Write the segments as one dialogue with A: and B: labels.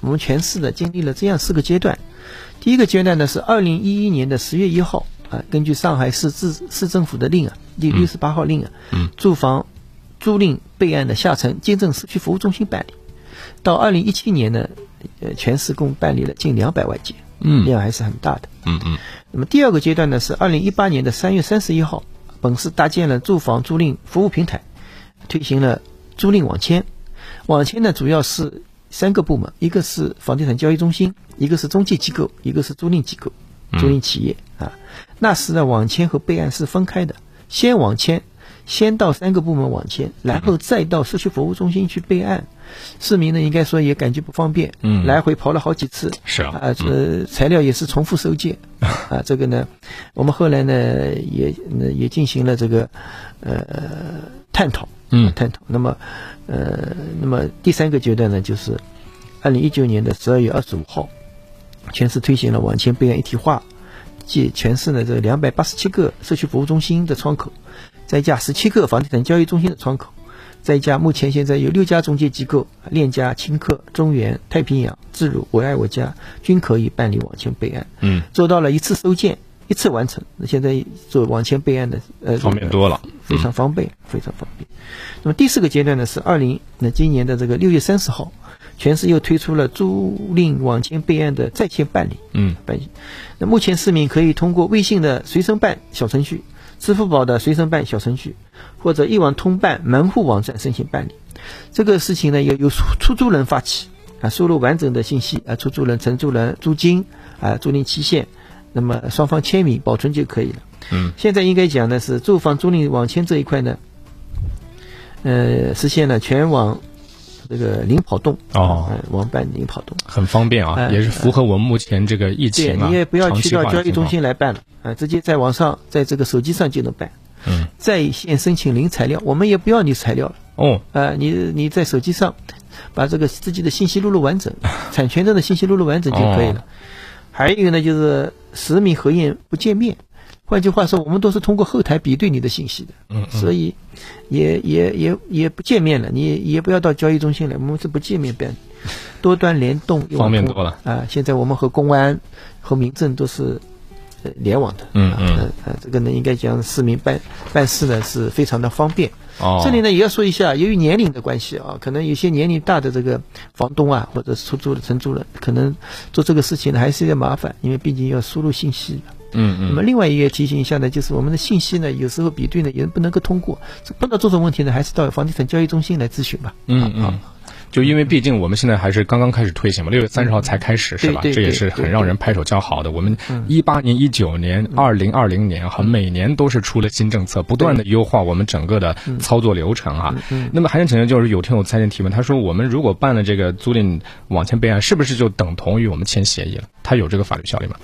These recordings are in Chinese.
A: 我们全市的经历了这样四个阶段。第一个阶段呢是二零一一年的十月一号啊，根据上海市自市政府的令啊，第六十八号令啊，
B: 嗯
A: 住房租赁备案的下沉金正市区服务中心办理。到二零一七年呢，呃，全市共办理了近两百万件，
B: 嗯
A: 量还是很大的。
B: 嗯嗯
A: 那么第二个阶段呢，是二零一八年的三月三十一号，本市搭建了住房租赁服务平台，推行了租赁网签。网签呢，主要是三个部门，一个是房地产交易中心，一个是中介机构，一个是租赁机构、
B: 嗯
A: 租赁企业、啊。那时呢，网签和备案是分开的，先网签，先到三个部门网签，然后再到社区服务中心去备案。市民呢，应该说也感觉不方便，
B: 嗯
A: 来回跑了好几次，
B: 是啊
A: 啊，这材料也是重复收 件，啊，这个呢，我们后来呢也呃也进行了这个呃探讨，
B: 嗯
A: 探讨。那么呃，那么第三个阶段呢，就是二零一九年的十二月二十五号，全市推行了网签备案一体化，即全市呢这两百八十七个社区服务中心的窗口，再加十七个房地产交易中心的窗口，再加目前现在有六家中介机构，链家、青客、中原、太平洋、自如、我爱我家均可以办理网签备案，
B: 嗯，
A: 做到了一次收件。一次完成，那现在做网签备案的呃
B: 方便多了。
A: 非常方便，非常方便。那么第四个阶段呢是二零那今年的这个六月三十号，全市又推出了租赁网签备案的在线办理。
B: 嗯
A: 办理。那目前市民可以通过微信的随身办小程序、支付宝的随身办小程序，或者一网通办门户网站申请办理。这个事情呢，由由出出租人发起啊，输入完整的信息啊，出租人、承租人、租金啊、租赁期限，那么双方签名保存就可以了。
B: 嗯，
A: 现在应该讲呢是住房租赁网签这一块呢，呃，实现了全网这个零跑动
B: 哦
A: 呃网办零跑动。
B: 很方便啊，
A: 哎
B: 也是符合我们目前这个疫情
A: 对
B: 啊，
A: 你也不要去到
B: 长期化
A: 交
B: 的
A: 易
B: 情
A: 中
B: 况。
A: 心来办了啊，直接在网上，在这个手机上就能办。
B: 嗯，
A: 在线申请零材料，我们也不要你材料了
B: 哦，
A: 啊，你你在手机上把这个自己的信息录入完 整，产权证的信息录入完整就可
B: 哦
A: 以了。还有一个呢，就是实名核验不见面。换句话说，我们都是通过后台比对你的信息的，
B: 嗯
A: 所以也也也也不见面了，你也也不要到交易中心来，我们是不见面办，多端联动，一网
B: 方便
A: 通
B: 多了
A: 啊！现在我们和公安、和民政都是呃联网的，
B: 嗯
A: 啊
B: 嗯
A: 呃呃这个呢应该讲市民办办事呢是非常的方便。
B: 哦，
A: 这里呢也要说一下，由于年龄的关系啊，可能有些年龄大的这个房东啊，或者是出租的承租人，可能做这个事情呢还是有点麻烦，因为毕竟要输入信息。
B: 嗯
A: 那么
B: 嗯
A: 另外也提醒一下呢，就是我们的信息呢，有时候比对呢也不能够通过，这碰到这种问题呢，还是到房地产交易中心来咨询吧。
B: 嗯嗯，就因为毕竟我们现在还是刚刚开始推行嘛，六月三十号才开始是吧？
A: 嗯对对
B: 这也是
A: 对嗯
B: 很
A: 对
B: 让人拍手叫好的。我们一八年、一九年、二零二零年
A: 嗯
B: 哈，每年都是出了新政策，不断的优化我们整个的
A: 嗯
B: 操作流程啊。那么还想请教，就是有听友参见提问，他说我们如果办了这个租赁网签备案，是不是就等同于我们签协议了？它有这个法律效力吗？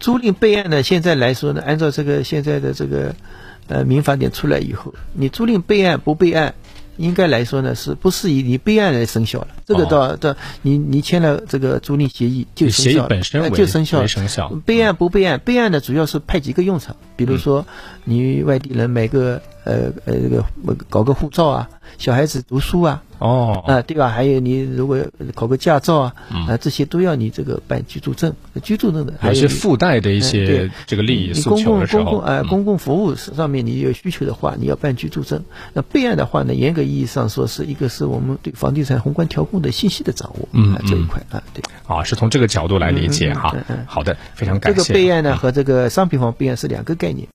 A: 租赁备案呢，现在来说呢，按照这个现在的这个呃民法典出来以后，你租赁备案不备案，应该来说呢，是不是以你备案来生效了？这
B: 哦
A: 个到到你你签了这个租赁协议就
B: 以
A: 生
B: 协议
A: 效了，
B: 本身
A: 呃
B: 为
A: 就生效
B: 为
A: 了。
B: 生效。
A: 备案不备案，备案呢主要是派几个用场，比如
B: 嗯
A: 说你外地人买个呃呃这个搞个护照啊，小孩子读书啊，
B: 哦，嗯
A: 啊、对吧？还有你如果考个驾照啊，啊、这些都要你这个办居住证，居住证的，还
B: 有一些
A: 你
B: 附带的一
A: 嗯
B: 些
A: 对
B: 这个利益
A: 你
B: 诉
A: 公
B: 求
A: 共
B: 的时
A: 公
B: 候嗯
A: 共，呃公共服务上面你有需求的话，你要办居住证。那备案的话呢，严格意义上说是一个是我们对房地产宏观调控的信息的掌握，
B: 嗯
A: 啊这一
B: 嗯
A: 块啊，对。
B: 啊，是从这个角度来理解哈
A: 嗯嗯嗯嗯。
B: 好的，非常
A: 这
B: 感
A: 个
B: 谢。嗯
A: 备案呢和这个商品房备案是两个概念，